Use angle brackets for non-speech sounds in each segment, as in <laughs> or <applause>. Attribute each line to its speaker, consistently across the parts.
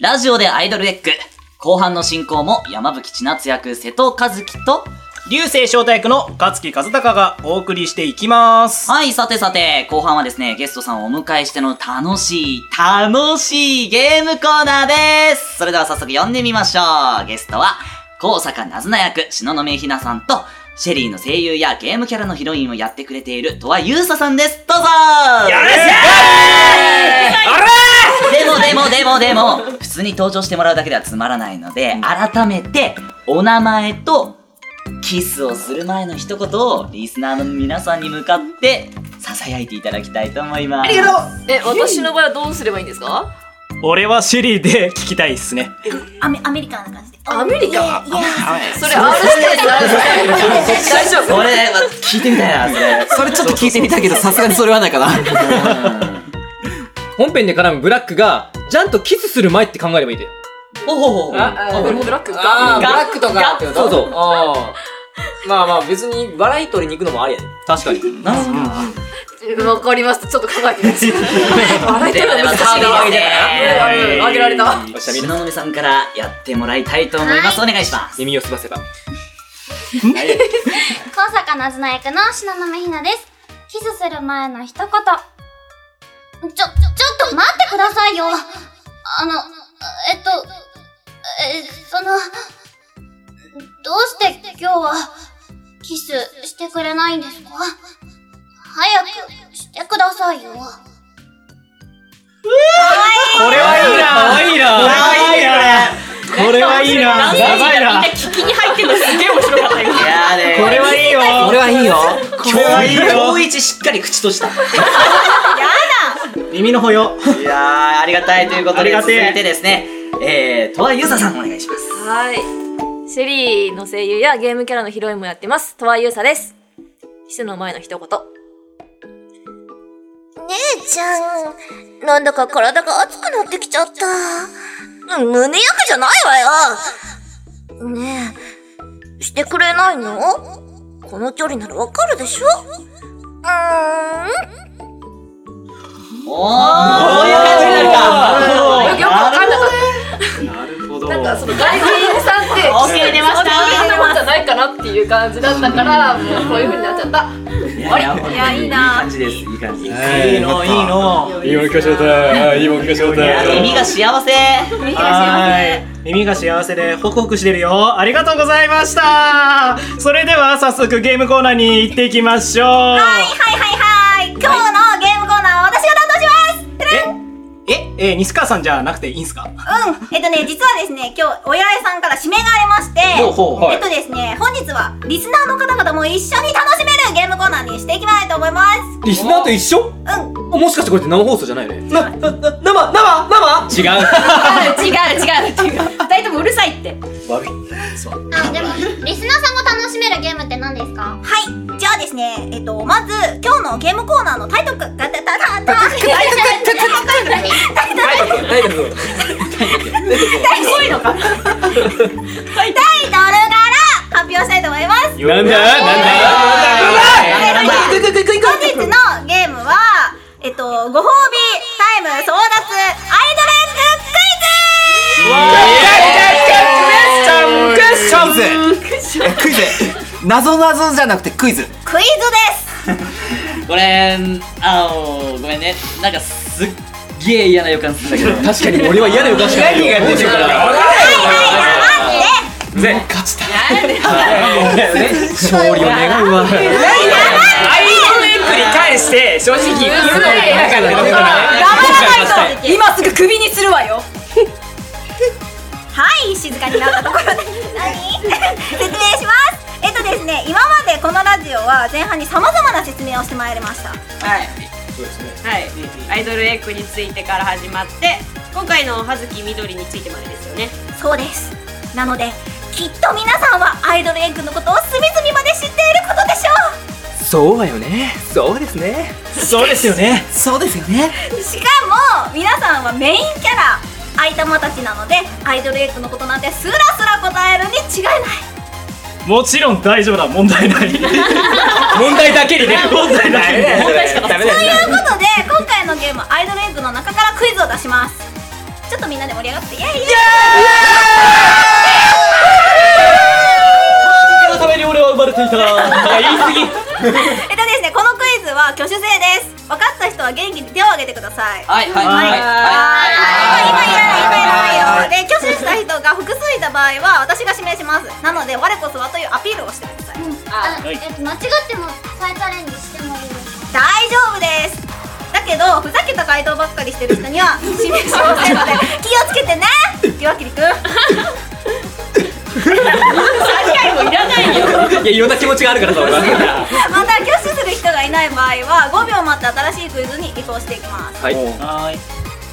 Speaker 1: ラジオでアイドルエッグ。後半の進行も山吹千夏役瀬戸和樹と、
Speaker 2: 流星翔太役の勝木和孝がお送りしていきます。
Speaker 1: はい、さてさて、後半はですね、ゲストさんをお迎えしての楽しい、楽しいゲームコーナーですそれでは早速呼んでみましょうゲストは、高坂なずな役、篠宮ひなさんと、シェリーの声優やゲームキャラのヒロインをやってくれている、とわゆうささんですどうぞ
Speaker 2: やれっし
Speaker 1: でもでもでもでも、普通に登場してもらうだけではつまらないので、改めて、お名前と、キスをする前の一言を、リスナーの皆さんに向かって、囁いていただきたいと思います。ありがとう
Speaker 3: え、私の場合はどうすればいいんですか
Speaker 2: 俺はシェリーで聞きたいっすね。
Speaker 4: アメアメリカンな感じで。
Speaker 3: アメリカ
Speaker 4: ンイエーイイエーイ
Speaker 3: それ R ステージなんですね大丈夫
Speaker 1: それ、聞いてみたいな、それ。
Speaker 5: それちょっと聞いてみたけど、さすがにそれはないかな。
Speaker 6: 本編で絡むブラックが、ジャンとキスする前って考えればいいで。
Speaker 1: おほほほ。
Speaker 3: ブラックが
Speaker 5: あー、ブラックとかってこと
Speaker 6: そうそう
Speaker 5: あーまあまあ別に笑い取りに行くのもありやね。
Speaker 6: 確かに。
Speaker 1: なるほど。
Speaker 3: わかりました。ちょっと考えてみ <laughs> ます。笑い取るの難しい
Speaker 1: ハードル上げて
Speaker 3: ね。あげられた。
Speaker 6: おしゃべり
Speaker 1: 篠宮さんからやってもらいたいと思います。お願いします。
Speaker 6: 耳をすませば。
Speaker 4: 高坂なずな役の篠宮ひなです。キスする前の一言。ちょ、ちょ、ちょっと待ってくださいよ。あの、えっと、え、その、どうして今日はキスしてくれないんですか早くしてくださいよ。
Speaker 2: これはいいな可愛いなこれはいいなやばいな
Speaker 3: 聞きに入ってるのすげえ面白かった
Speaker 1: いやーね
Speaker 2: これはいいよ
Speaker 5: これはいいよ。
Speaker 2: これはいい
Speaker 1: 今日
Speaker 2: よ
Speaker 1: 一しっかり口閉じた。
Speaker 2: 耳の保養。
Speaker 1: いやー、ありがたいということ
Speaker 2: あ
Speaker 1: で、
Speaker 2: りが
Speaker 1: 続
Speaker 2: て
Speaker 1: い
Speaker 2: え
Speaker 1: てですね、えー、とわゆうささんお願いします。
Speaker 3: はい。シェリーの声優やゲームキャラのヒロインもやってます。とわゆうさです。キスの前の一言。
Speaker 4: 姉ちゃん、なんだか体が熱くなってきちゃった。胸焼けじゃないわよねえ、してくれないのこの距離ならわかるでしょ
Speaker 1: おー、
Speaker 4: うーん。
Speaker 1: こういう感じになるか。
Speaker 3: よくわかんなかっ
Speaker 2: なるほど
Speaker 3: た。なんかその外人さんって、キス出ました。そんなもんじゃないかなっていう感じだったから、もうこういう風になっちゃった。
Speaker 1: いやいや、いいな。いい感じです、いい感じです。
Speaker 2: いいのいいの
Speaker 6: いいもん聞かせてもらった。いいもん聞かせても
Speaker 1: いや耳が幸せ。
Speaker 2: はい耳が幸せでホクホクしてるよありがとうございましたそれでは早速ゲームコーナーに行っていきましょう
Speaker 4: はいはいはい今日のゲームコーナーは私が担当しま
Speaker 2: ええ西川さんじゃなくていいんすか
Speaker 4: すうんえっとね、実はですね、今日、おやえさんから指名がありまして、
Speaker 2: ほ
Speaker 6: はい
Speaker 4: えっとですね、本日は、リスナーの方々も一緒に楽しめるゲームコーナーにしていきたいと思います。
Speaker 6: リスナーと一緒
Speaker 4: うん。
Speaker 6: もしかしてこれって生放送じゃないよね。
Speaker 5: な、な、な、生、生、生
Speaker 6: 違う。
Speaker 3: 違う違う違う。二人ともうるさいって。
Speaker 6: 悪い。
Speaker 4: あ、でも、リスナーさんも楽しめるゲームって何ですかはい。じゃあですね、えっと、まず、今日のゲームコーナーのタイトルが、たたたたたタイトルタイトル
Speaker 5: 大丈夫大丈夫
Speaker 4: タイトルから発表したいと思
Speaker 1: な
Speaker 4: います。
Speaker 6: なんだなんだ
Speaker 1: んだ
Speaker 5: いくいくいくいく
Speaker 4: 本日のゲームは、えっと、ご褒美タイム争奪アイドルエッグクイズ
Speaker 5: クエスチョンズえクイズ謎謎じゃなくてクイズ
Speaker 4: クイズです
Speaker 1: これ、あの、ごめんね。なんか、すっげえ嫌な予感するんだけど。
Speaker 6: 確かに俺は嫌な予感しかないよ。何が出て
Speaker 4: はい、はい、黙って
Speaker 6: 勝ちた。勝利を願うわ。
Speaker 2: アイドルエッグに関して正直言うのもなんかだけどね
Speaker 4: 黙らないと
Speaker 3: 今すぐ首にするわよ。
Speaker 4: はい、静かになったところで何 <laughs> 説明しますえっとですね、今までこのラジオは前半に様々な説明をしてまいりました
Speaker 7: はい。はい。アイドルエッグについてから始まって、今回の葉月みどりについてまでですよね。
Speaker 4: そうですなので、きっと皆さんはアイドルエッグのことを隅々まで知っていることでしょう
Speaker 5: そうだよねそうですね
Speaker 2: そうですよね
Speaker 5: そうですよね
Speaker 4: しかも皆さんはメインキャラアイタマたちなのでアイドルエッグのことなんてスラスラ答えるに違いない
Speaker 2: もちろん大丈夫だ問題ない
Speaker 6: 問題だけ
Speaker 5: <laughs>
Speaker 6: にね。
Speaker 2: 問題ない
Speaker 5: 問題しかダメだよ
Speaker 4: ということで今回のゲームアイドルエッグの中からクイズを出しますちちょっとみんなで盛り上がってイエイイエイ
Speaker 5: のために俺は生まれていたなんか言い過ぎ
Speaker 4: <laughs> えっとですねこのクイズは挙手制です分かった人は元気に手を挙げてください
Speaker 1: はいはいはいはい
Speaker 4: 今いらない今いら
Speaker 2: は
Speaker 4: ないよで挙手した人が複数いた場合は私が指名しますなので我こそはというアピールをしてください
Speaker 7: あ
Speaker 2: はい
Speaker 8: えっと間違っても再チャレンジしてもいいですか
Speaker 4: 大丈夫ですだけどふざけた回答ばっかりしてる人には指名しませんので気をつけてね岩切くん
Speaker 5: いやいろんな気持ちがあるからさ俺は
Speaker 4: <laughs> また挙手する人がいない場合は5秒待って新しいクイズに移行していきます
Speaker 5: は
Speaker 1: <laughs>
Speaker 5: い
Speaker 2: はい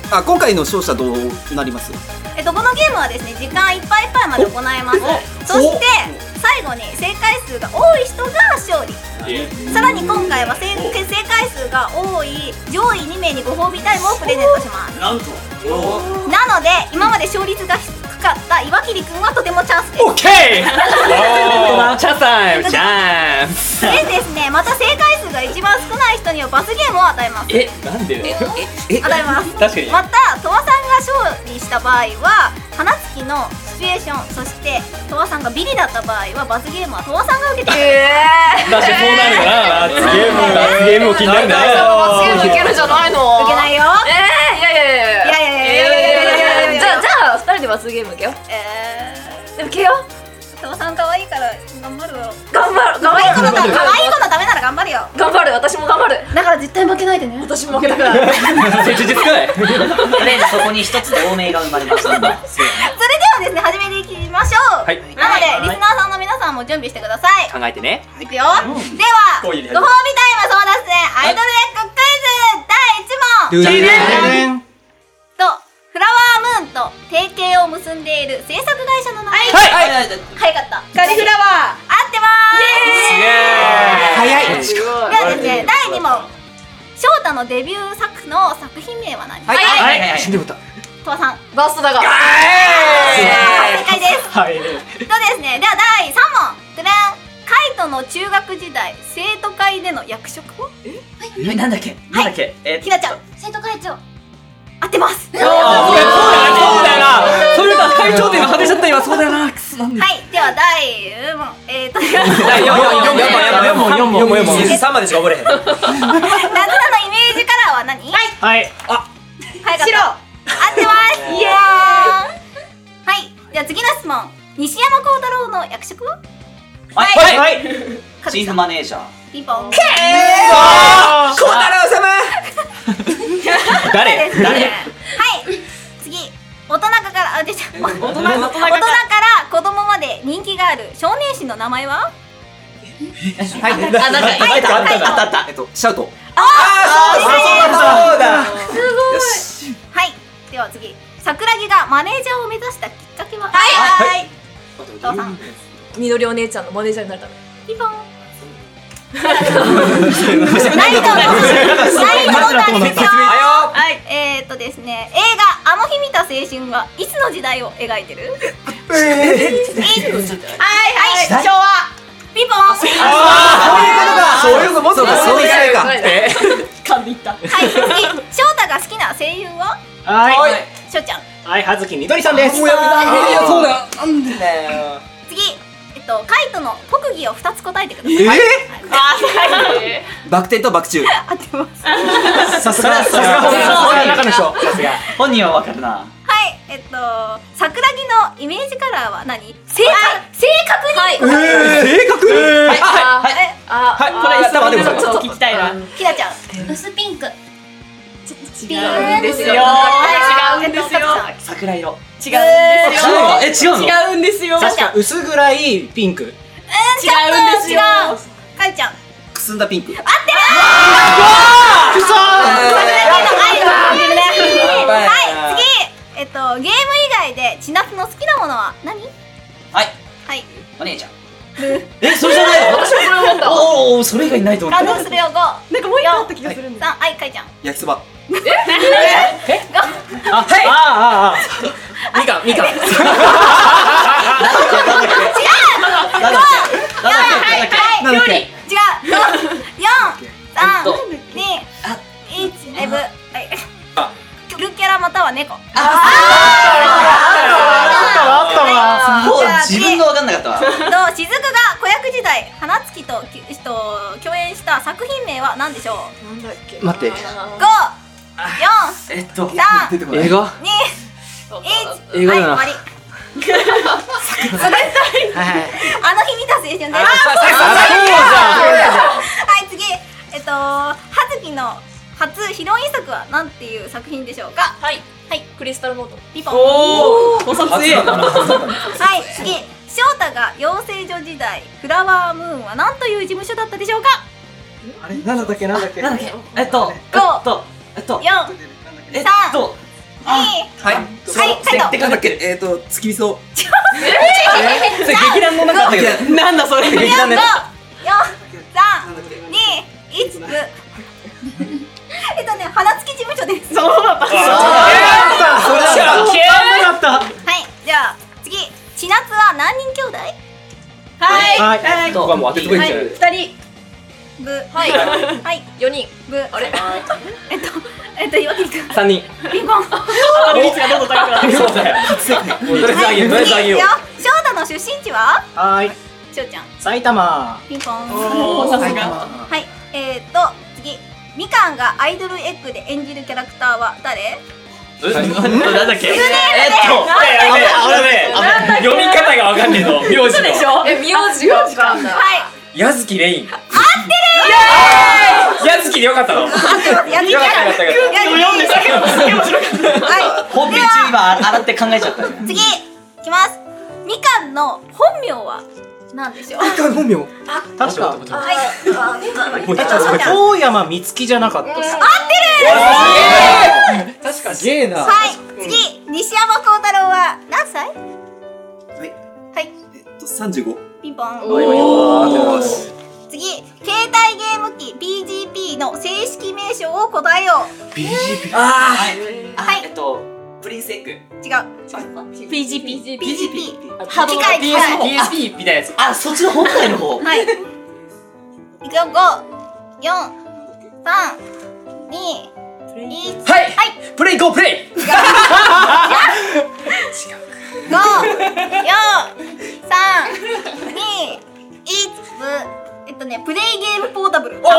Speaker 9: あ今回の勝者どうなります
Speaker 4: えっとこのゲームはですね時間いっぱいいっぱいまで行いますそして最後に正解数が多い人が勝利さらに今回は正正解数が多い上位2名にご褒美タイムをプレゼントします
Speaker 2: なんと
Speaker 4: なので今まで勝率が低かった岩切くんはとてもチャンスです
Speaker 5: オッケーチャンスタイムチャンス
Speaker 4: でですねまた正解数が一番少ない人には罰ゲームを与えます
Speaker 5: えなんでええ
Speaker 4: 与えます
Speaker 5: 確かに
Speaker 4: また鳥羽さんが勝利した場合は花月のシチュエーションそして鳥羽さんがビリだった場合は罰ゲームは鳥羽さんが受けて
Speaker 5: だしそうなるよな罰ゲーム罰ゲームも気になるな
Speaker 3: 罰ゲームいけるんじゃないの
Speaker 4: 受けないよ
Speaker 3: えー、いやいやいやいや
Speaker 4: いやいやいやいやいやいやいや
Speaker 3: じゃあじゃあ二人で罰ゲーム受けよう
Speaker 4: え
Speaker 3: でも受けよう
Speaker 4: ー鳥羽さん可愛いから頑張るよ
Speaker 3: 頑張る頑
Speaker 4: 可愛い子の
Speaker 3: 張 <laughs>
Speaker 4: た
Speaker 3: る
Speaker 4: 可愛い子のためなら頑張るよ
Speaker 3: 頑張る私も頑張る
Speaker 4: だから絶対負けないでね
Speaker 3: 私も負けたくない
Speaker 5: 切実かい
Speaker 1: とりあえずそこに一つ同盟が生まれましたんだ
Speaker 4: それではですね始めていきましょう、
Speaker 5: はい
Speaker 4: なので、リスナーさんの皆さんも準備してください、
Speaker 5: 考えてね
Speaker 4: い、くよ、ではご褒
Speaker 5: こうい
Speaker 4: 美
Speaker 5: う
Speaker 4: タイム争
Speaker 5: ね
Speaker 4: 奪戦アイドルエッグクイズ第1問
Speaker 9: ル
Speaker 2: で
Speaker 9: ー
Speaker 2: ん
Speaker 4: とフラワームーンと提携を結んでいる制作会社の名前
Speaker 1: はいはい
Speaker 4: 早かった
Speaker 7: カリフラワー
Speaker 4: 合ってま
Speaker 9: 早い
Speaker 4: ーすではですね第2問翔太のデビュー作の作品名は何
Speaker 9: はい
Speaker 1: はいはい
Speaker 9: 死んでもうた
Speaker 4: とわさん
Speaker 3: バーストだから
Speaker 4: 正解です
Speaker 2: はい
Speaker 4: とですねでは第3問ででんカイトの中学時代生徒会での役職を
Speaker 1: えなんだっけなんだっけえ
Speaker 4: ひなちゃん
Speaker 8: 生徒会長
Speaker 4: 合ってますは
Speaker 5: そうだよなそうだよなそれが会長点が果てちゃった今そうだよない
Speaker 4: では第4問え <laughs> ーと夏菜
Speaker 5: 第四問
Speaker 9: 四
Speaker 5: 四問
Speaker 9: 問
Speaker 5: 四問四問四問
Speaker 9: シーズン
Speaker 5: 三までしか覚えれへん
Speaker 4: のイメージカラーは何はい
Speaker 2: はい
Speaker 4: 白合ってますイエーイはいでは次の質問西山幸太郎の役職は
Speaker 1: はい
Speaker 2: はい
Speaker 1: はい
Speaker 2: はい
Speaker 1: チーフマネージャー
Speaker 4: ピンポン
Speaker 2: あ
Speaker 9: 孝太郎様
Speaker 5: 誰
Speaker 4: 誰はい次大人からあ出ちゃ <laughs> う大人から子供まで人気がある少年誌の名前は
Speaker 9: はい
Speaker 1: あなんか
Speaker 5: あったあった
Speaker 1: あったあった
Speaker 9: えっとシャウト
Speaker 4: あー
Speaker 9: そうだ
Speaker 4: はいでは次桜木がマネージャーを目指したきっかけははいい父さん
Speaker 3: 緑お姉ちゃんのマネージャーになるため
Speaker 4: ピンポン何かを何かを何か
Speaker 5: は
Speaker 4: えーっとですね映画「あの日見た青春」はいつの時代を描いてるはいはい昭和ピンポンは
Speaker 9: あそういうことかそういうことかそういう世代か
Speaker 4: い次翔太が好きな声優は
Speaker 2: はいはい
Speaker 4: しょちゃん
Speaker 2: はい葉月みどりさんです
Speaker 5: いやそうだよ
Speaker 4: 次えっとカイトの特技を二つ答えてください
Speaker 9: えバク転とバク宙
Speaker 4: 合ってます
Speaker 2: さすがさすが
Speaker 9: さすが
Speaker 2: さすが中の人
Speaker 1: 本人はわかるな
Speaker 4: はいえっと桜木のイメージカラーは何正解正確に
Speaker 9: 正確
Speaker 5: はい
Speaker 3: あ
Speaker 1: はい
Speaker 4: え
Speaker 3: あ
Speaker 5: はいこれは頭でございます
Speaker 3: ちょっと
Speaker 7: 聞きたいな
Speaker 4: きなちゃん
Speaker 8: 薄ピンク
Speaker 3: 違うんですよ
Speaker 7: 違
Speaker 4: はい
Speaker 7: うんです
Speaker 4: えっ
Speaker 7: よ
Speaker 4: とカズ
Speaker 1: 桜色
Speaker 7: 違うんですよ
Speaker 1: あ違うのえ違うの
Speaker 7: 違うんですよ
Speaker 2: 確か薄暗いピンク
Speaker 7: 違うんですよ
Speaker 4: 違うさんかいちゃん
Speaker 9: くすんだピンク
Speaker 2: くそ
Speaker 4: はい次えっとゲーム以外で千夏の好きなものは何
Speaker 1: はい
Speaker 4: はい
Speaker 1: お姉ちゃんえそれじゃないの私はそれ思ったおーおーそれ以外ないと思っ
Speaker 4: 感
Speaker 1: た
Speaker 4: 動するよ5なんかもう一個あった気がするんだはいかいちゃん
Speaker 9: 焼きそば
Speaker 2: あはいあああ
Speaker 5: みかんみかん
Speaker 1: なんだっけなんだっけなんだっけ
Speaker 9: なんだっけ
Speaker 4: 違う4 3 2 1エブはいルキャラまたは猫あ
Speaker 1: あ
Speaker 4: は何でしょう
Speaker 3: なんだっけ
Speaker 5: 待って
Speaker 4: 五、四、
Speaker 9: えっと
Speaker 4: さん
Speaker 9: 出てこない
Speaker 5: 映画
Speaker 4: 一、
Speaker 5: 映画だな
Speaker 4: はい、終わり。あ
Speaker 5: <laughs>
Speaker 4: の日見た青春です。は
Speaker 5: あ
Speaker 4: い、次、えっと、はずきの初ヒロイン作は何ていう作品でしょうか。
Speaker 3: はいはいクリスタルノート
Speaker 4: リポン。
Speaker 5: おーお札いい
Speaker 4: はい、次、翔太が養成所時代、フラワームーンは何という事務所だったでしょうか。
Speaker 2: あれなんだったっけなんだっけ
Speaker 1: なんだっけえっと、え
Speaker 4: 五
Speaker 1: っと、えっと、
Speaker 4: 四、
Speaker 1: えっと、
Speaker 4: 二、
Speaker 9: はい
Speaker 4: はい最後
Speaker 9: てかだっけえっと月見草
Speaker 5: それ劇団の中だったけどなんだそれ劇団の
Speaker 4: 五、
Speaker 5: や
Speaker 4: 四、三、二、一。えっとね、花月事務所です。は
Speaker 9: それだ
Speaker 5: つ
Speaker 2: だった
Speaker 4: い、じゃあ、次、千夏は何人兄弟。
Speaker 2: はい
Speaker 1: えっと
Speaker 5: 僕はもう当ててこいんじゃない
Speaker 4: 二人。ぶ、はいはい、
Speaker 3: 4人
Speaker 4: ぶ、あれ、 <laughs> えっと、えっと、岩切君、
Speaker 5: 三人
Speaker 4: ピンポン。
Speaker 5: 当たる率がどんどん高くなってそうだよとりあえずあげようとりあえずあげよう
Speaker 4: 次翔太の出身地は。
Speaker 2: はい
Speaker 4: 翔ちゃん、
Speaker 2: 埼玉
Speaker 4: ピンポン。
Speaker 5: おーさすが
Speaker 2: が
Speaker 4: はい、えー、っと、次。みかんがアイドルエッグで演じるキャラクターは誰
Speaker 5: なんだっけえっと
Speaker 1: あ
Speaker 5: 俺ね読み方がわかんねえの名字の
Speaker 3: え名字が分かんない
Speaker 4: はい、
Speaker 5: 矢月レイン合ってる矢月でよかったのよかっ
Speaker 4: 合ってます。や
Speaker 5: た
Speaker 4: り
Speaker 5: よか
Speaker 4: や
Speaker 5: ったよかっ
Speaker 4: 読んでたけど、はい、
Speaker 1: 本編中今洗って考えちゃったね。
Speaker 4: 次、いきます。みかんの本名は何でしょう
Speaker 9: 一回本名
Speaker 2: 確か
Speaker 4: はい、あ
Speaker 5: たもう
Speaker 2: え
Speaker 5: 一
Speaker 2: っ
Speaker 5: 回
Speaker 2: と大山美月じゃなかったっす
Speaker 5: 確かすげえな
Speaker 4: はい、次、西山幸太郎は何歳
Speaker 9: はい
Speaker 4: はい、
Speaker 9: えっと三十五
Speaker 4: ピンポ
Speaker 5: お
Speaker 4: ン。
Speaker 5: ー
Speaker 4: 次、携帯ゲーム機 BGP の正式名称を答えよう。
Speaker 9: あ
Speaker 1: はい。
Speaker 4: はい
Speaker 1: えっと、プリンスエッグ。
Speaker 4: 違う。
Speaker 3: PGP
Speaker 4: BGP。
Speaker 5: ハ
Speaker 4: ド近い近い
Speaker 5: PSP みたいなやつ
Speaker 1: あ、そっちの本体の方。
Speaker 4: はい。いくよ、五、四、三、二、一。
Speaker 5: はいプレイゴープレイ
Speaker 4: 五、四、三、二、一。ぶえっとね、プレイゲームポータブル。お
Speaker 5: おし
Speaker 4: は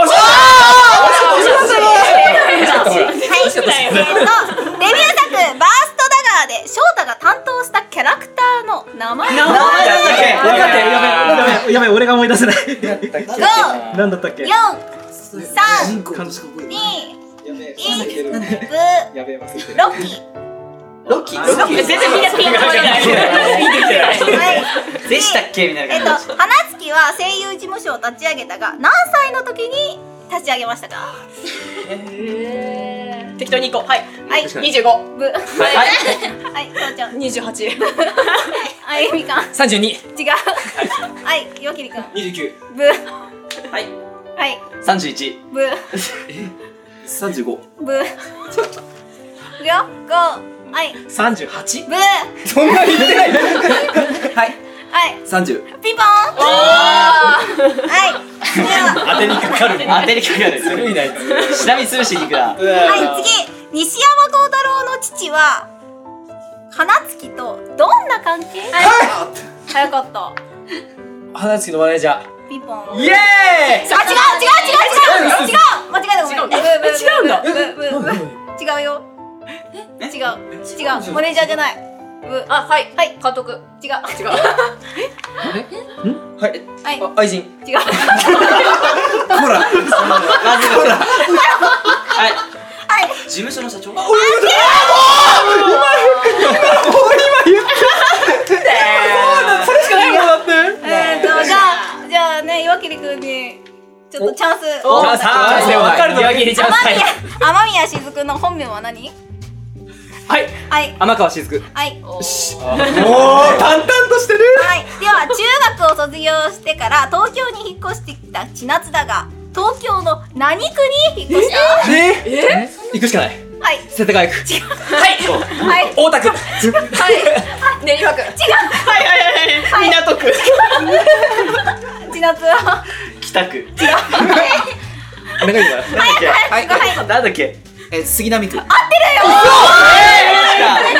Speaker 4: い、えーと、デビュー作「バーストダガー」で翔太が担当したキャラクターの名前
Speaker 5: 名前なんだっけ
Speaker 2: やべやべやべやべ俺が思い出せないなんだったっけ
Speaker 4: 54321
Speaker 9: 漢字しか覚えて
Speaker 4: ブ
Speaker 2: やべ忘れてる
Speaker 4: ロッキー
Speaker 1: ロキ
Speaker 5: ロキ
Speaker 1: 全然みんなピンとこない。 <laughs>
Speaker 4: はい
Speaker 1: でしたっけみたい
Speaker 4: えっ
Speaker 1: な
Speaker 4: と
Speaker 1: 感じ。
Speaker 4: 花月は声優事務所を立ち上げたが何歳の時に立ち上げましたかは
Speaker 3: 適当に行こう
Speaker 1: <laughs>
Speaker 3: はい
Speaker 4: い
Speaker 3: 25
Speaker 4: ブはいはいそうちゃん
Speaker 3: 28
Speaker 4: あゆみかん違う
Speaker 5: 三十二
Speaker 4: はい岩切くん
Speaker 5: 二十九
Speaker 4: ブはいはい
Speaker 1: 三十一。
Speaker 4: ブ
Speaker 9: 三十五
Speaker 1: <laughs>
Speaker 4: ブいくよ五はい
Speaker 2: 三十八
Speaker 4: ブは
Speaker 9: そんな言ってないはい
Speaker 4: い
Speaker 9: 三十
Speaker 4: ピンポンはいでは
Speaker 5: 当てにかかる
Speaker 1: 当てにかかる。
Speaker 5: ずるいなや
Speaker 1: 下見するし肉だ。
Speaker 5: <laughs>
Speaker 4: はい、次西山幸太郎の父は花月とどんな関係、早かった
Speaker 5: 花月のマネージャー
Speaker 4: ピンポンあ、違う
Speaker 5: イエーイ
Speaker 4: 違う違う違う違う間違えたごめん違うんだ違うよ違う違うマネージャーじゃないブ
Speaker 3: あはい
Speaker 4: はい
Speaker 3: 監督
Speaker 4: 違う
Speaker 3: 違う
Speaker 5: はい
Speaker 4: はい
Speaker 5: あ愛人 <laughs>
Speaker 4: 違う
Speaker 9: ほら
Speaker 1: ほら。はい。事務所の社長。
Speaker 5: それしかないもんだって
Speaker 4: えーとじゃあじゃあね岩切くんにちょっとチャンス
Speaker 5: おさあチャンスでわかるのだけにチャンス
Speaker 4: 天
Speaker 5: はい
Speaker 4: 宮天宮雫の本名は何
Speaker 5: はい
Speaker 4: はい
Speaker 5: 天川しずく
Speaker 4: はい
Speaker 9: おお淡々としてる
Speaker 4: はい、では中学を卒業してから東京に引っ越してきた千夏だが東京の何区に引っ越した
Speaker 5: ええ行くしかない
Speaker 4: はい
Speaker 5: 世田谷区はい
Speaker 4: はい
Speaker 5: 大田区
Speaker 3: 練馬区
Speaker 5: 港区
Speaker 4: 千夏は
Speaker 1: 北区。
Speaker 5: 中井から
Speaker 9: はい
Speaker 1: なんだっけ。
Speaker 9: え杉並区
Speaker 1: 確か。
Speaker 4: かい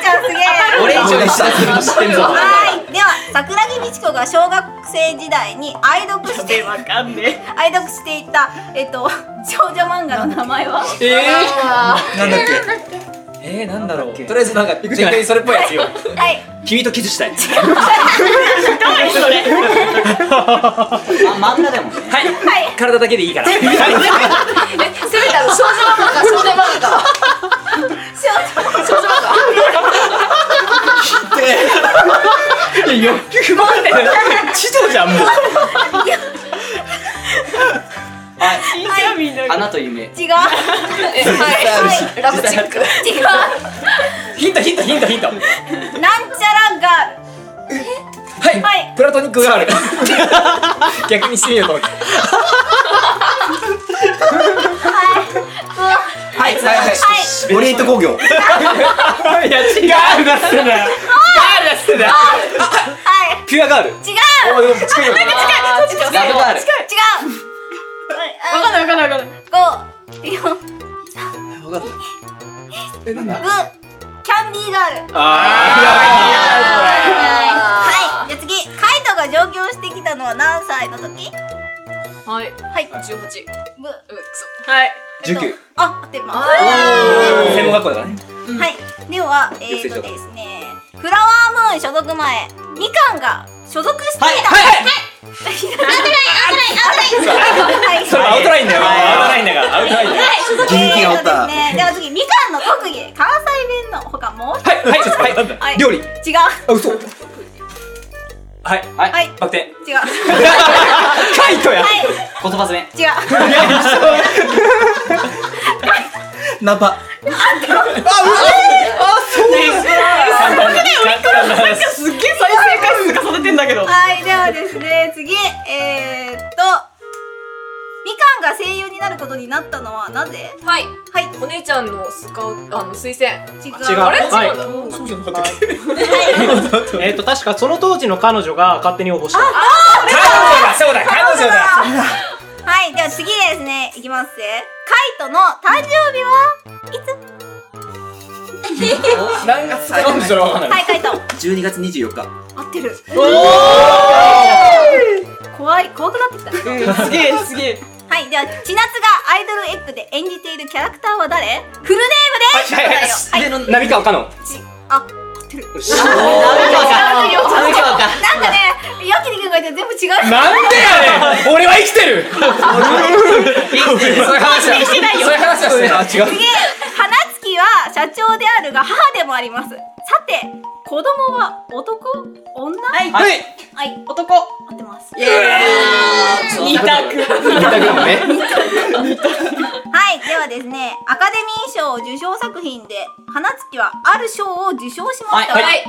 Speaker 4: ちゃんすげえ
Speaker 1: 俺以上に下するの知ってんぞ。
Speaker 4: はいでは桜木美智子が小学生時代に愛読して
Speaker 1: わかんねえ。
Speaker 4: 愛読していた、えっと、少女漫画の名前は
Speaker 5: え
Speaker 9: なんだっ
Speaker 5: ー、えー、なんだろう
Speaker 9: けとりあえずなんか全然それっぽいやつよ
Speaker 4: はい
Speaker 9: 君とキスしたい
Speaker 1: あ、漫画でもね。
Speaker 5: 体だけでいいから
Speaker 3: せめてあの少女漫画か少年漫画か少女漫画
Speaker 5: いや欲求満点知女じゃんもう
Speaker 1: 花と夢。
Speaker 4: 違うはい
Speaker 3: ラブチック
Speaker 4: 違う
Speaker 5: ヒントヒントヒントヒント
Speaker 4: なんちゃらガール
Speaker 5: はい、
Speaker 4: はい
Speaker 5: プラトニック
Speaker 2: <laughs>
Speaker 5: ガール逆にしてみようと思って
Speaker 9: はいはいはいオリエント工業
Speaker 5: いや違うガールだってだよ
Speaker 4: はい
Speaker 5: ピュアガール
Speaker 4: 違う
Speaker 5: おでも近いよ
Speaker 1: ラブガール。
Speaker 4: 違う
Speaker 3: わかんないわかんないわかんない
Speaker 4: 五四グキャンディーガール
Speaker 5: あ
Speaker 4: はいじゃあ次カイトが上京してきたのは何歳の時
Speaker 3: はい
Speaker 4: はい
Speaker 3: 十八
Speaker 4: ブ
Speaker 3: うんくそはい
Speaker 4: えっと
Speaker 9: 19
Speaker 4: あ合ってます
Speaker 5: ー専門学校だからね
Speaker 4: はいではえっ、とですねフラワームーン所属前みかんが所属していたはいはいはい
Speaker 5: それアウトラインだよアウトラインだからアウトラインだよ
Speaker 9: 元気がおっ
Speaker 4: えー
Speaker 9: た
Speaker 4: とですねでは次みかんの特技関西弁のほかもう一つ
Speaker 5: はいはいはい
Speaker 4: はい
Speaker 5: 料理
Speaker 4: 違う
Speaker 5: あ嘘はいはい
Speaker 4: はい
Speaker 5: バク転
Speaker 4: 違う
Speaker 5: カイトや
Speaker 4: はい
Speaker 1: 言葉詰め。
Speaker 4: 違う
Speaker 9: ナパ
Speaker 5: すっげえ再生回数重ねてんだけど
Speaker 4: はいではですね次えー、っとみかんが声優になることになったのはなぜ
Speaker 3: はい
Speaker 4: はい違
Speaker 3: お姉ちゃんのスカウあの推薦
Speaker 4: う
Speaker 2: 違う
Speaker 4: あれ
Speaker 2: はい
Speaker 3: 違うんだ
Speaker 5: そうじゃなかったっけ
Speaker 2: えっと確かその当時の彼女が勝手に応募した
Speaker 5: 彼女だそうだ彼女だ
Speaker 4: はいでは次ですねいきますぜカイトの誕生日はいつ
Speaker 5: 何月かなんでそれわかんない
Speaker 4: はいカイト
Speaker 9: 12月24日
Speaker 4: 合ってる怖い怖くなってきたは
Speaker 5: すげえすげえ
Speaker 4: いでは千夏がアイドルエッグで演じているキャラクターは誰フルネームです
Speaker 5: はいはいはい
Speaker 4: はいはい
Speaker 5: 波川かのん
Speaker 4: ちあ合ってる
Speaker 1: ラブガールか。
Speaker 4: なんかねヤキリ君が言って全部違う
Speaker 5: なんでやねん俺は生きてる生きてるそういう話はしてないよそういう話はしてないあ違う
Speaker 4: 次花月は社長であるが母でもありますさて子供は男女はい
Speaker 5: はい
Speaker 4: はい男合ってます
Speaker 1: 二択。
Speaker 5: 見たくもね
Speaker 4: はいではですねアカデミー賞受賞作品で花月はある賞を受賞しました
Speaker 1: はい
Speaker 3: はい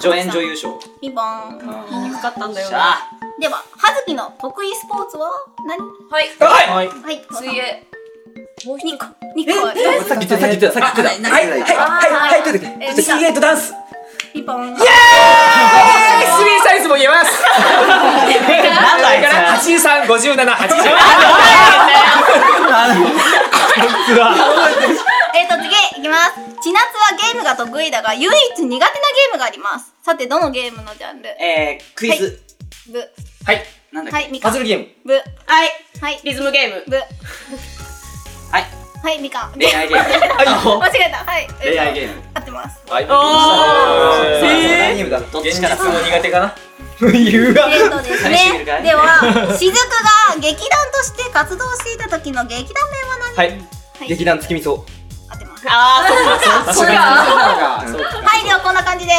Speaker 1: 助演女優賞。
Speaker 4: ピンポン
Speaker 3: よかったんだよな
Speaker 1: あ、
Speaker 4: では葉月の得意スポーツは何
Speaker 3: はい
Speaker 5: はい
Speaker 4: はい
Speaker 3: 水泳もう一
Speaker 4: ニコ
Speaker 3: 個
Speaker 4: ニコ
Speaker 9: さっき言ってたさっき言ってたさっき言ってたはいはいはいはいとい
Speaker 3: え
Speaker 9: う
Speaker 3: ー
Speaker 9: わけでスリーエイトダンス
Speaker 4: ピンポン
Speaker 5: スリーサイズも言えます
Speaker 1: なんだいかな。
Speaker 5: 八三五十七八十
Speaker 4: えっと次いきます千夏はゲームが得意だが唯一苦手なゲームがありますさてどのゲームのジャンル
Speaker 1: えー、クイズ。
Speaker 4: ブ
Speaker 5: はい
Speaker 1: なんだっけ
Speaker 4: はいみか
Speaker 5: パ
Speaker 4: ん
Speaker 5: ズルゲーム
Speaker 4: ブはいはい
Speaker 3: リズムゲーム
Speaker 4: ブ
Speaker 1: はい
Speaker 4: はいみかん
Speaker 1: 恋愛ゲ <laughs> ーム。
Speaker 4: <laughs> 間違えたはい
Speaker 1: 恋愛ゲ
Speaker 4: ム
Speaker 1: ーム。
Speaker 4: 合ってます
Speaker 5: はい
Speaker 9: 何ゲームだ
Speaker 1: どっちからさ。
Speaker 5: 苦手かな言うわ
Speaker 4: えっとです
Speaker 1: 試してみ
Speaker 4: ね
Speaker 1: るかい
Speaker 4: では雫が劇団として活動していた時の劇団名は何
Speaker 5: はい
Speaker 4: はい
Speaker 5: 劇団月見草
Speaker 4: 合ってます
Speaker 1: あ
Speaker 5: そうかそうか
Speaker 4: はいではこんな感じで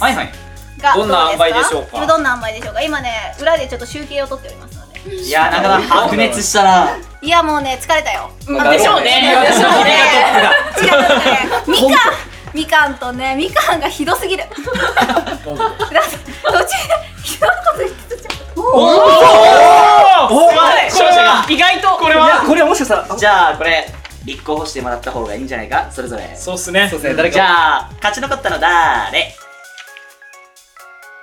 Speaker 1: あ、はいはい。
Speaker 4: が
Speaker 5: どんな
Speaker 4: うす
Speaker 5: 塩梅でしょうか
Speaker 4: どんな塩梅でしょうか今ね裏でちょっと集計を取っておりますので
Speaker 1: いやー、なかなか白熱したな。
Speaker 4: いやもうね疲れたよ
Speaker 5: まあでしょうね
Speaker 4: でしょうね
Speaker 5: ト
Speaker 4: 違うねみかんみかんとねみかんがひどすぎるだって途中でひどいこと言ってたじゃん
Speaker 5: お
Speaker 1: これは
Speaker 5: 意外とこれはこれはもしかしたら
Speaker 1: じゃあ、これ、立候補してもらった方がいいんじゃないか、それぞれ。
Speaker 2: そうっすね
Speaker 5: そうですね誰
Speaker 1: じ
Speaker 5: か
Speaker 1: ゃあ、勝ち残ったのだーれ。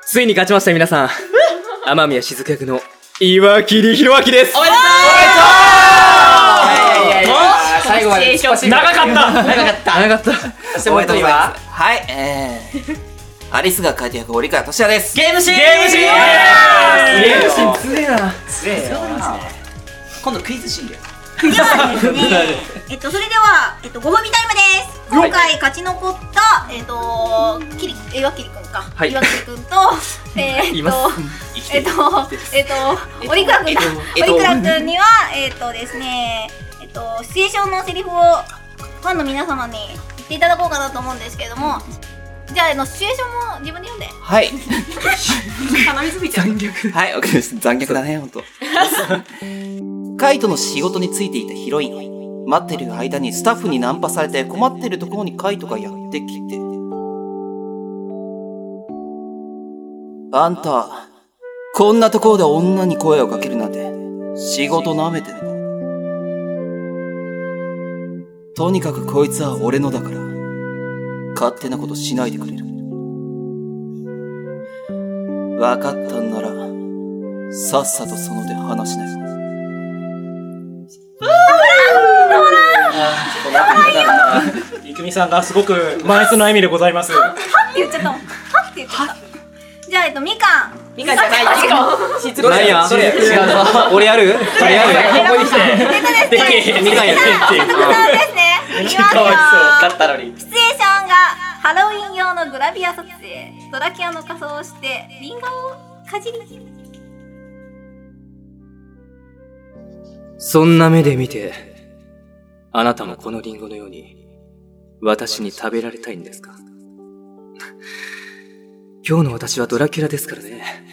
Speaker 5: ついに勝ちましたよ皆さん天宮雫役の岩切弘明です
Speaker 1: おめでとういやいやいや
Speaker 5: 最後まで長かった長かった長かった
Speaker 1: そしてもう一人は
Speaker 9: はいえーアリスが書いて役、折川敏也です。
Speaker 1: ゲームシーン
Speaker 2: ゲームシーン
Speaker 1: イエーイ
Speaker 5: 強えな
Speaker 1: 今度クイズシーンだよ。
Speaker 4: ではですね、えっと、それでは、えっと、ご褒美タイムです。今回勝ち残った、えっと、きり、え、岩切くんか。
Speaker 5: はい
Speaker 4: 岩切くん
Speaker 5: <laughs>
Speaker 4: と、えー
Speaker 5: い
Speaker 4: っ
Speaker 5: ます
Speaker 4: と、えっと、 <laughs> えっと、折倉くんだ。
Speaker 9: えっと
Speaker 4: 折倉くんには、えっとですね、えっと、シチュエーションのセリフを、ファンの皆様に言っていただこうかなと思うんですけれども、じゃあ、あの、シチュエーションも自分で読んで。
Speaker 9: はい。
Speaker 4: 鼻水吹いちゃう。
Speaker 9: はい、わかりました。残虐だね、ほんと。カイトの仕事についていたヒロイン。待ってる間にスタッフにナンパされて困ってるところにカイトがやってきて。あんた、こんなところで女に声をかけるなんて、仕事舐めてる。とにかくこいつは俺のだから、勝手なことしないでくれる。分かったんなら、さっさとその手離しない。
Speaker 2: ゆきみさんがすごく満室の笑みでございます。
Speaker 4: はって言っちゃったもん。はって言っちゃった。じゃあ、えっと、みかん。
Speaker 3: ミカじゃないよ。
Speaker 5: どれや
Speaker 9: それ
Speaker 5: 違うな俺やる俺やるここに来て
Speaker 4: でき
Speaker 5: みかんやる
Speaker 4: さんですね。いきますよ。
Speaker 1: 勝ったのに。
Speaker 4: シチュエーションがハロウィン用のグラビア撮影ドラキュラの仮装をしてリンゴをかじり
Speaker 6: そんな目で見て、あなたもこのリンゴのように、私に食べられたいんですか今日の私はドラキュラですからね。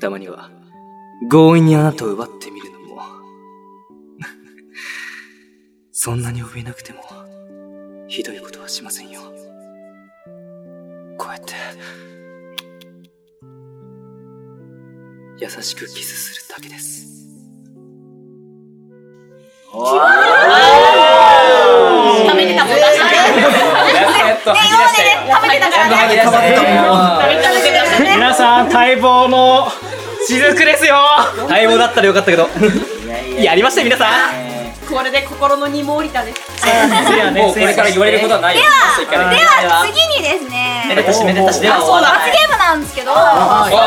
Speaker 6: たまには、強引にあなたを奪ってみるのも。 <laughs> そんなに怯えなくても、ひどいことはしませんよ。こうやって、優しくキスするだけです。
Speaker 3: 食べてたもんだし。
Speaker 4: 今までね食べてたからね
Speaker 2: 皆さん、待望の雫ですよ
Speaker 5: 待望だったらよかったけどやりましたよ皆さん
Speaker 3: これで心の荷も降りたね。
Speaker 2: せやね
Speaker 5: もうこれから言われることはないよ
Speaker 4: では次にです
Speaker 1: めで
Speaker 4: ね
Speaker 1: たしめでたし。では、そう
Speaker 4: 罰ゲームなんですけどあ
Speaker 5: あそうだ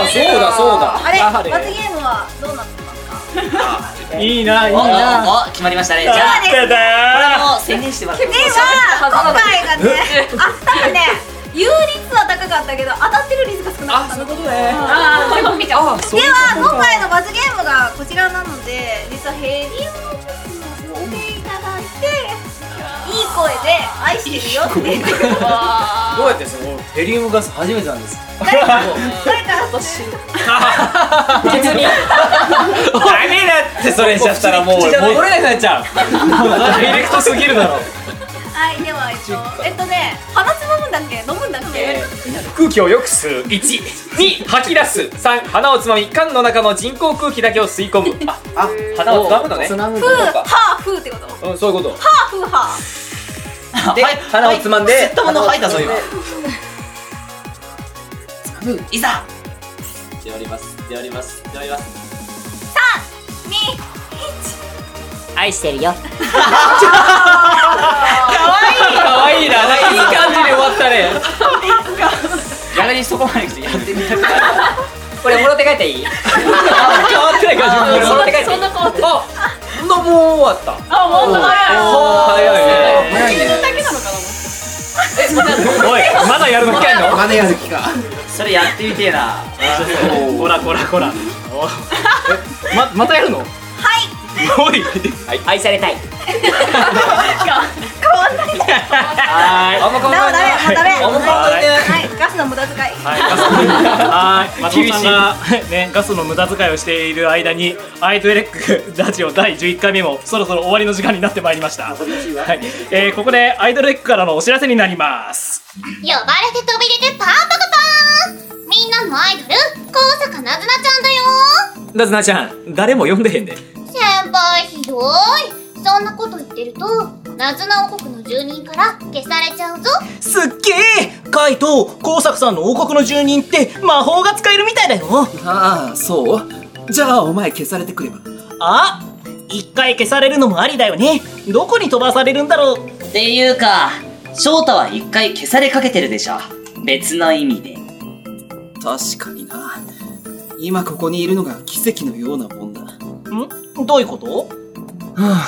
Speaker 5: そうだ
Speaker 4: れ
Speaker 5: やは
Speaker 4: 罰
Speaker 5: り
Speaker 4: ゲームはどうなってますか
Speaker 2: いいな、いい
Speaker 1: お
Speaker 2: な。
Speaker 1: おお決まりましたね。じゃあ、
Speaker 4: ではで
Speaker 1: もう宣言してもらっていいですか
Speaker 4: は今回がねあ多分ね有率は高かったけど当たってる率が少なかったので
Speaker 3: ああ、結構見ちゃう。
Speaker 4: は今回の罰ゲームがこちらなので実はヘリウムを持っていただいていい声で愛してるよって言ってくれる
Speaker 5: どうやってそのヘリウムガス初めてなんです
Speaker 4: 誰か
Speaker 5: ダメだってそれしちゃったらもう戻れなくなっちゃう
Speaker 2: ダイレクトすぎるだろ。
Speaker 4: はい、では、えっと、えっとね、鼻つまむんだっけ、飲むんだっけ。
Speaker 5: 空気をよく吸う12吐き出す3鼻をつまみ缶の中の人工空気だけを吸い込むああ鼻をつまむのねつまむ
Speaker 4: ふう、はあ、ふうってこと。は
Speaker 5: うんそういうこと
Speaker 4: あ、ふうは
Speaker 5: で鼻をつまんで
Speaker 1: 吸ったもの吐いたぞ、今。いざ
Speaker 5: やりますやりますやります
Speaker 4: あ。に。
Speaker 3: 愛してるよ。
Speaker 5: 可愛いななんかいい感じで終わったね
Speaker 1: 逆にそこまで来てやってみたく
Speaker 5: これもろて帰っていい変わってない感じもろて帰ってい
Speaker 3: そ
Speaker 5: い
Speaker 3: んな変わって
Speaker 5: あもう終わった
Speaker 3: あ、もう早い。
Speaker 5: 早いね
Speaker 3: だけなのか
Speaker 2: おい、まだやるのか
Speaker 5: の
Speaker 9: マネやる気か。
Speaker 1: それやってみてえな。
Speaker 2: <laughs> こらこらこら。
Speaker 5: <laughs> ままたやるの
Speaker 2: おい、
Speaker 5: 愛されたい
Speaker 2: は
Speaker 5: あんま変
Speaker 4: ダメ、ダメ、もうダメ。
Speaker 5: あんま変わんないね
Speaker 4: はい、ガスの無駄遣い。
Speaker 2: ーい、ガスはい、松本さんが、ね、ガスの無駄遣いをしている間に、アイドレックラジオ第11回目も、そろそろ終わりの時間になってまいりました。はい、えー、ここでアイドレックからのお知らせになります。
Speaker 10: 呼ばれて飛び出てパンパカパーンみんなのアイドル、高坂なずなちゃんだよ
Speaker 5: なずなちゃん誰も呼んでへんで
Speaker 10: 先輩ひどいそんなこと言ってると、なずな王国の住人から消されちゃうぞ
Speaker 11: すっげえカイト工作さんの王国の住人って魔法が使えるみたいだよ
Speaker 9: ああ、そうじゃあお前消されてくれば。
Speaker 11: あ一回消されるのもありだよねどこに飛ばされるんだろう
Speaker 1: っていうか、翔太は一回消されかけてるでしょ。別の意味で。
Speaker 9: 確かにな。今ここにいるのが奇跡のようなもんだ。
Speaker 12: んどういうこと
Speaker 6: はあ、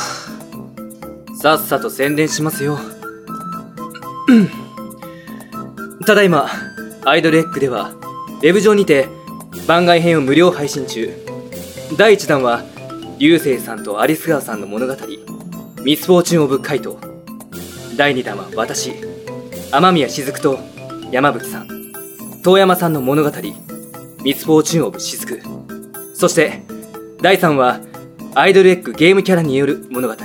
Speaker 6: さっさと宣伝しますよ。ただいま、アイドルエッグでは、ウェブ上にて番外編を無料配信中。第1弾は、流星さんとアリス川さんの物語、ミスフォーチュン・オブ・カイト。第2弾は私、雨宮雫と山吹さん、遠山さんの物語、ミスフォーチュン・オブ・雫。そして、第3話、アイドルエッグゲームキャラによる物語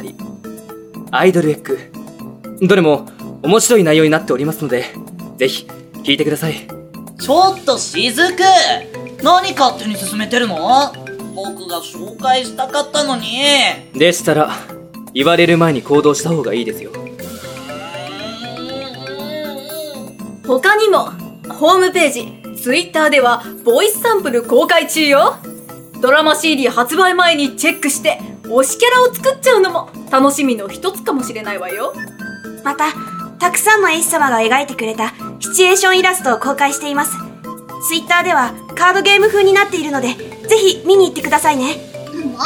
Speaker 6: アイドルエッグどれも面白い内容になっておりますのでぜひ聞いてください
Speaker 1: ちょっとしずく何勝手に進めてるの僕が紹介したかったのに
Speaker 6: でしたら言われる前に行動した方がいいですよ
Speaker 13: 他にも、ホームページ、ツイッターでは、ボイスサンプル公開中よドラマ CD 発売前にチェックして、推しキャラを作っちゃうのも、楽しみの一つかもしれないわよ。
Speaker 14: また、たくさんのエイス様が描いてくれたシチュエーションイラストを公開しています。ツイッターではカードゲーム風になっているので、ぜひ見に行ってくださいね。
Speaker 15: も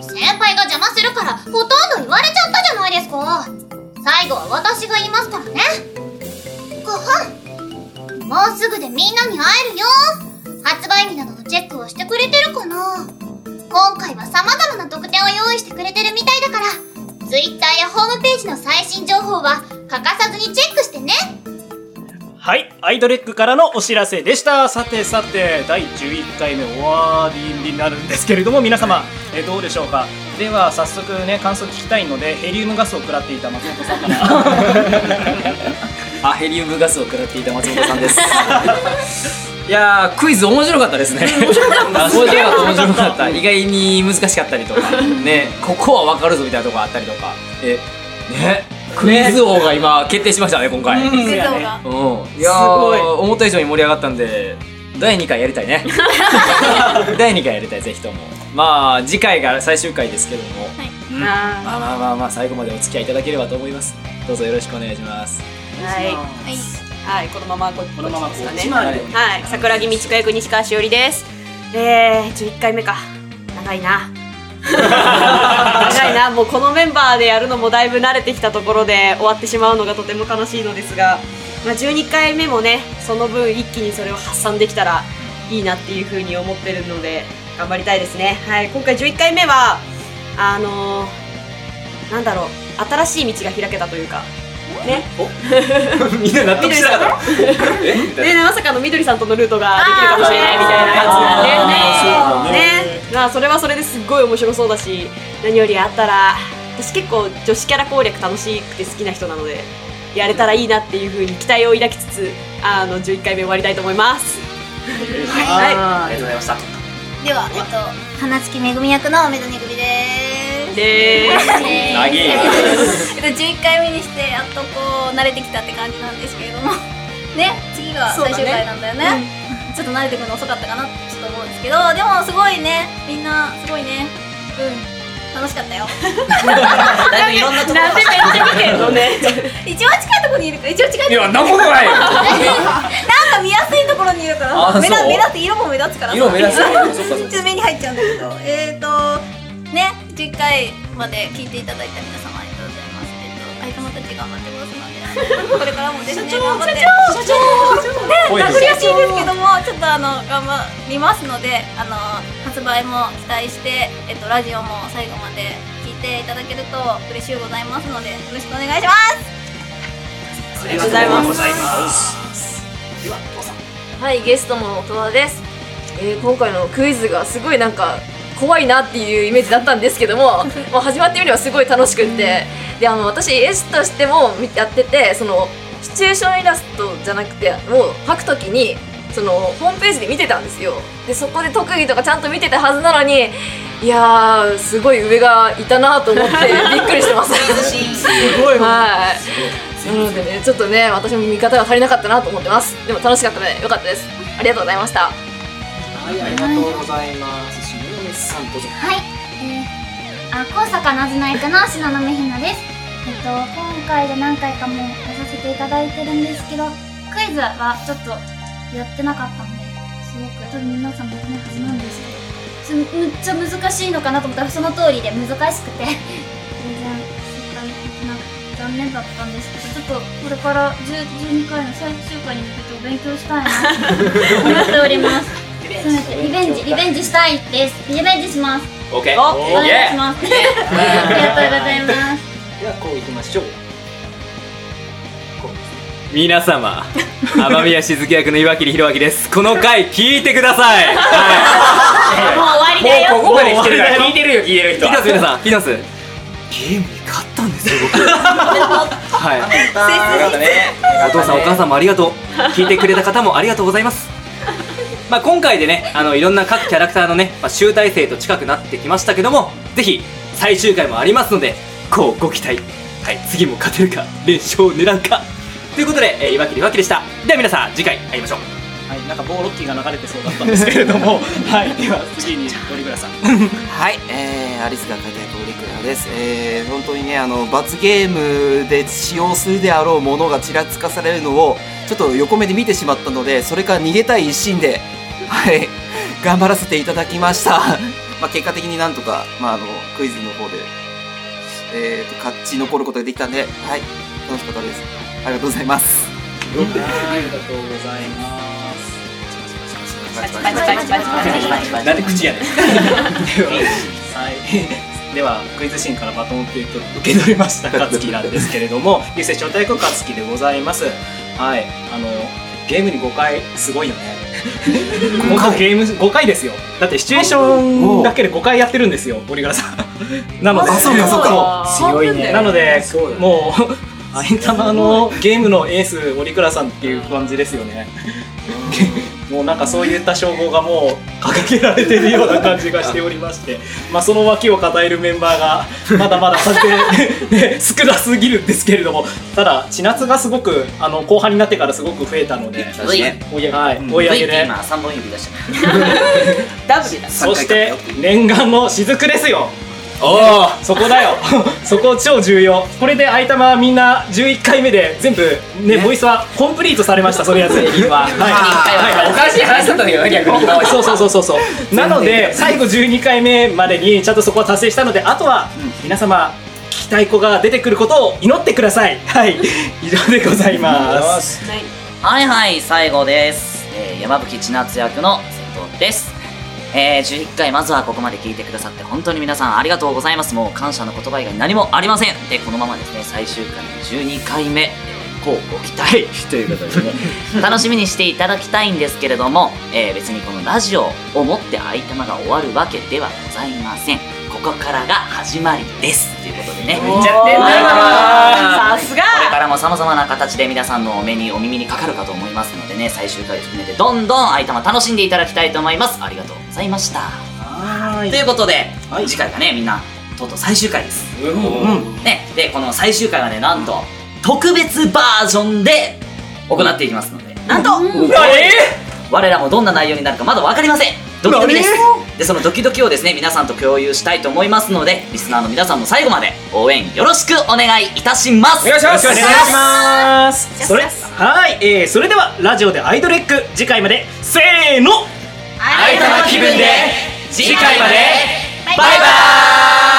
Speaker 15: う先輩が邪魔するからほとんど言われちゃったじゃないですか最後は私が言いますからねごはんもうすぐでみんなに会えるよ発売日などのチェックをしてくれてるかな今回は様々な特典を用意してくれてるみたいだから Twitter やホームページの最新情報は欠かさずにチェックしてね
Speaker 2: はい、アイドレックからのお知らせでした。さてさて、第11回目終わりになるんですけれども、皆様、えどうでしょうか。では、早速ね、感想聞きたいので、ヘリウムガスを食らっていた松本さんから。
Speaker 5: あヘリウムガスを食らっていた松本さ
Speaker 6: <laughs>
Speaker 5: んですいやークイズ面白かったですね面白かった面白かった面白かった意外に難しかったりとかねここは分かるぞみたいなとこあったりとかえねクイズ王が今決定しましたね今回、
Speaker 2: うんクイズ王
Speaker 5: が
Speaker 2: が
Speaker 5: うんいやー思った以上に盛り上がったんで第2回やりたい
Speaker 7: <laughs>
Speaker 5: ね第2回やりたいぜひともまあ次回が最終回ですけれども、まあまあまあまあ最後までお付き合いいただければと思いますどうぞよろしくお願いします
Speaker 7: はい。はい、このままここのままですかね。
Speaker 5: こっち回りで
Speaker 7: はい、桜木道子役西川しおりです。えー、11回目か。長いな。長い <laughs> な、もうこのメンバーでやるのもだいぶ慣れてきたところで終わってしまうのがとても悲しいのですが、まあ、12回目もね、その分一気にそれを発散できたらいいなっていうふうに思ってるので、頑張りたいですね。はい、今回11回目は、あのー、なんだろう、新しい道が開けたというか、ね。
Speaker 5: みんな納得しなかったえみたい
Speaker 7: で
Speaker 5: な
Speaker 7: まさかのみどりさんとのルートができるかもしれないみたいなやつなんでねねまあそれはそれですっごい面白そうだし何よりあったら私結構女子キャラ攻略楽しくて好きな人なのでやれたらいいなっていうふうに期待を抱きつつあの11回目終わりたいと思いますはい
Speaker 5: ありがとうございました
Speaker 4: では、えっと、花月めぐみ役のめどにぐみです。
Speaker 7: でーす長いな
Speaker 4: えっと、11回目にして、やっとこう、慣れてきたって感じなんですけれども、 <laughs> ね、次が最終回なんだよ
Speaker 7: そうだ
Speaker 4: ね。ちょっと慣れてくるの遅かったかなちょっと思うんですけど、でもすごいね、みんな、すごいね、うん、楽しかったよ。
Speaker 7: だいぶいろんなところなんでめっちゃ見てんのね。
Speaker 4: 一番近いところにいるから、一番近いところにる
Speaker 5: いやんなことないよ
Speaker 4: なんか見やすいところにいるから
Speaker 5: あそ
Speaker 4: さ、
Speaker 5: う
Speaker 4: 目立目立って色も目立つからさ。
Speaker 5: 色
Speaker 7: <laughs>
Speaker 5: 目立つ
Speaker 4: ち
Speaker 5: そっかそっか
Speaker 4: ょっと目に入っちゃうんだけど、えっと、ね、10回まで聞いていただいた皆様ありがとうございます。えっと、相様たち頑張ってますので、これからもですね、
Speaker 7: 社長
Speaker 4: 頑張って。
Speaker 7: 社長社長
Speaker 4: ね、
Speaker 7: 社長
Speaker 4: 悔しいですけども、ちょっとあの、頑張りますので、あの、発売も期待して、えっと、ラジオも最後まで聞いていただけると嬉しいございますので、よろしくお願いします
Speaker 7: ありがとうございます
Speaker 4: では、父さん。
Speaker 3: はい、ゲストの戸田です。えー、今回のクイズがすごいなんか怖いなっていうイメージだったんですけども、もう始まってみればすごい楽しくって、であの私絵師としてもやってて、そのシチュエーションイラストじゃなくて、もう描くときにそのホームページで見てたんですよ。でそこで特技とかちゃんと見てたはずなのに、いやーすごい上がいたなと思ってびっくりしてます。す
Speaker 2: ごい
Speaker 3: はい。なのでね、ちょっとね、私も見方が足りなかったなと思ってます。でも楽しかったので、よかったです。ありがとうございました。
Speaker 14: はい、
Speaker 15: ありがとう
Speaker 14: ございます。しのめさんどうぞ。
Speaker 15: はい、えー、あ、高坂なずな役の東雲ひなです。えっと、今回で何回かも出させていただいてるんですけど、ククイズはちょっとやってなかったんで、すごく多分皆さんもやってないはずなんですけど、すむっちゃ難しいのかなと思ったらその通りで難し
Speaker 14: <laughs>
Speaker 15: くて、全然正解できなくて残念だったんですけど、ちょっとこれから10 12回の最終回に向けてお勉強したいなと思っております。せめてリベンジ、リベンジしたいです。リベンジします。
Speaker 5: オッケー
Speaker 15: お願いします。 <laughs> ありがとうございます。
Speaker 16: ではこういきましょう
Speaker 6: 皆様天宮静香役の岩切弘明ですこの回聞いてください、
Speaker 7: もう終わりだよ
Speaker 6: もうここまで来てるから
Speaker 5: 聞いてるよ聞いてる人
Speaker 6: 聞いてま
Speaker 5: は
Speaker 6: す皆さん聞いてますゲームに勝ったんですよ僕はい
Speaker 5: よかったね
Speaker 6: お父さんお母さんもありがとう聞いてくれた方もありがとうございますまあ今回でねあのいろんな各キャラクターのね、まあ、集大成と近くなってきましたけどもぜひ最終回もありますのでこうご期待はい次も勝てるか連勝を狙うかということで、えー、岩切岩切でしたでは皆さん次回会いましょう
Speaker 2: はい、なんか某ロッキーが流れてそうだったんですけれども、はい、では次に森村さん。
Speaker 9: はい、えー、アリスが書いてあるリクラです。えー、本当にね、あの、罰ゲームで使用するであろうものがちらつかされるのを、ちょっと横目で見てしまったので、それから逃げたい一心で、はい、頑張らせていただきました。 <laughs> まあ、結果的になんとか、まあ、あの、クイズの方で、えーと、勝ち残ることができたんで、はい、楽しかったです。ありがとうございます。
Speaker 2: ありがとうございます。
Speaker 5: なんで口やねん
Speaker 2: はい。ではクイズシーンからバトンを受け取受け取りましたカツキなんですけれども、優勢招待国カツキでございます。はい。あのゲームに5回すごいよね。本当ゲーム5回ですよ。だってシチュエーションだけで5回やってるんですよ、森川さん。なので、
Speaker 9: あそうかそうか
Speaker 2: 強いね。なので、もう。 <laughs> アイタマのゲームのエース折倉さんっていう感じですよね。もうなんかそういった称号がもう掲げられているような感じがしておりまして、まあその脇を固えるメンバーがまだまださて、ね、 <laughs> 少なすぎるんですけれども、ただ千夏がすごくあの後半になってからすごく増えたので、
Speaker 1: 確かにね
Speaker 2: 追いはい
Speaker 1: うん
Speaker 2: 追い上げ
Speaker 1: ブイって
Speaker 2: で
Speaker 1: 今、3本指出した
Speaker 7: ダブルだ
Speaker 2: そして念願の雫ですよ。
Speaker 6: おお
Speaker 2: そこだよ <laughs> そこ超重要これで相玉はみんな11回目で全部ねボイスはコンプリートされましたそれやつ <laughs> ははい
Speaker 5: おかしい話だったんだけどね逆に今まで
Speaker 2: そうそうそうそうそう <laughs> なので最後12回目までにちゃんとそこは達成したのであとは皆様聞きたい子が出てくることを祈ってくださいはい <laughs> 以上でございます
Speaker 1: はいはい、最後です。えー、山吹千夏役の先頭です。えー、11回まずはここまで聞いてくださって本当に皆さんありがとうございます。もう感謝の言葉以外何もありません。で、このままですね、最終回の12回目、こうご期待ということでね、楽しみにしていただきたいんですけれども、えー、別にこのラジオをもって相手が終わるわけではございません。ここからが始まりです。ということでね。
Speaker 7: 言っちゃってんな
Speaker 1: さすがこれからも様々な形で皆さんのお目にお耳にかかるかと思いますのでね、最終回含めてどんどん相玉楽しんでいただきたいと思います。ありがとうございました。ということで、次回がね、みんな、とうとう最終回です。ね、で、この最終回はね、なんと、特別バージョンで行っていきますので、なんと、我らもどんな内容になるかまだ分かりませんドキドキですでそのドキドキをですね皆さんと共有したいと思いますのでリスナーの皆さんも最後まで応援よろしくお願いいたします
Speaker 2: お願いしますお願いしますそれはい、えー、それではラジオでアイドルエッグ次回までせーの
Speaker 10: 会えた気分で
Speaker 2: 次回まで
Speaker 10: バイバーイ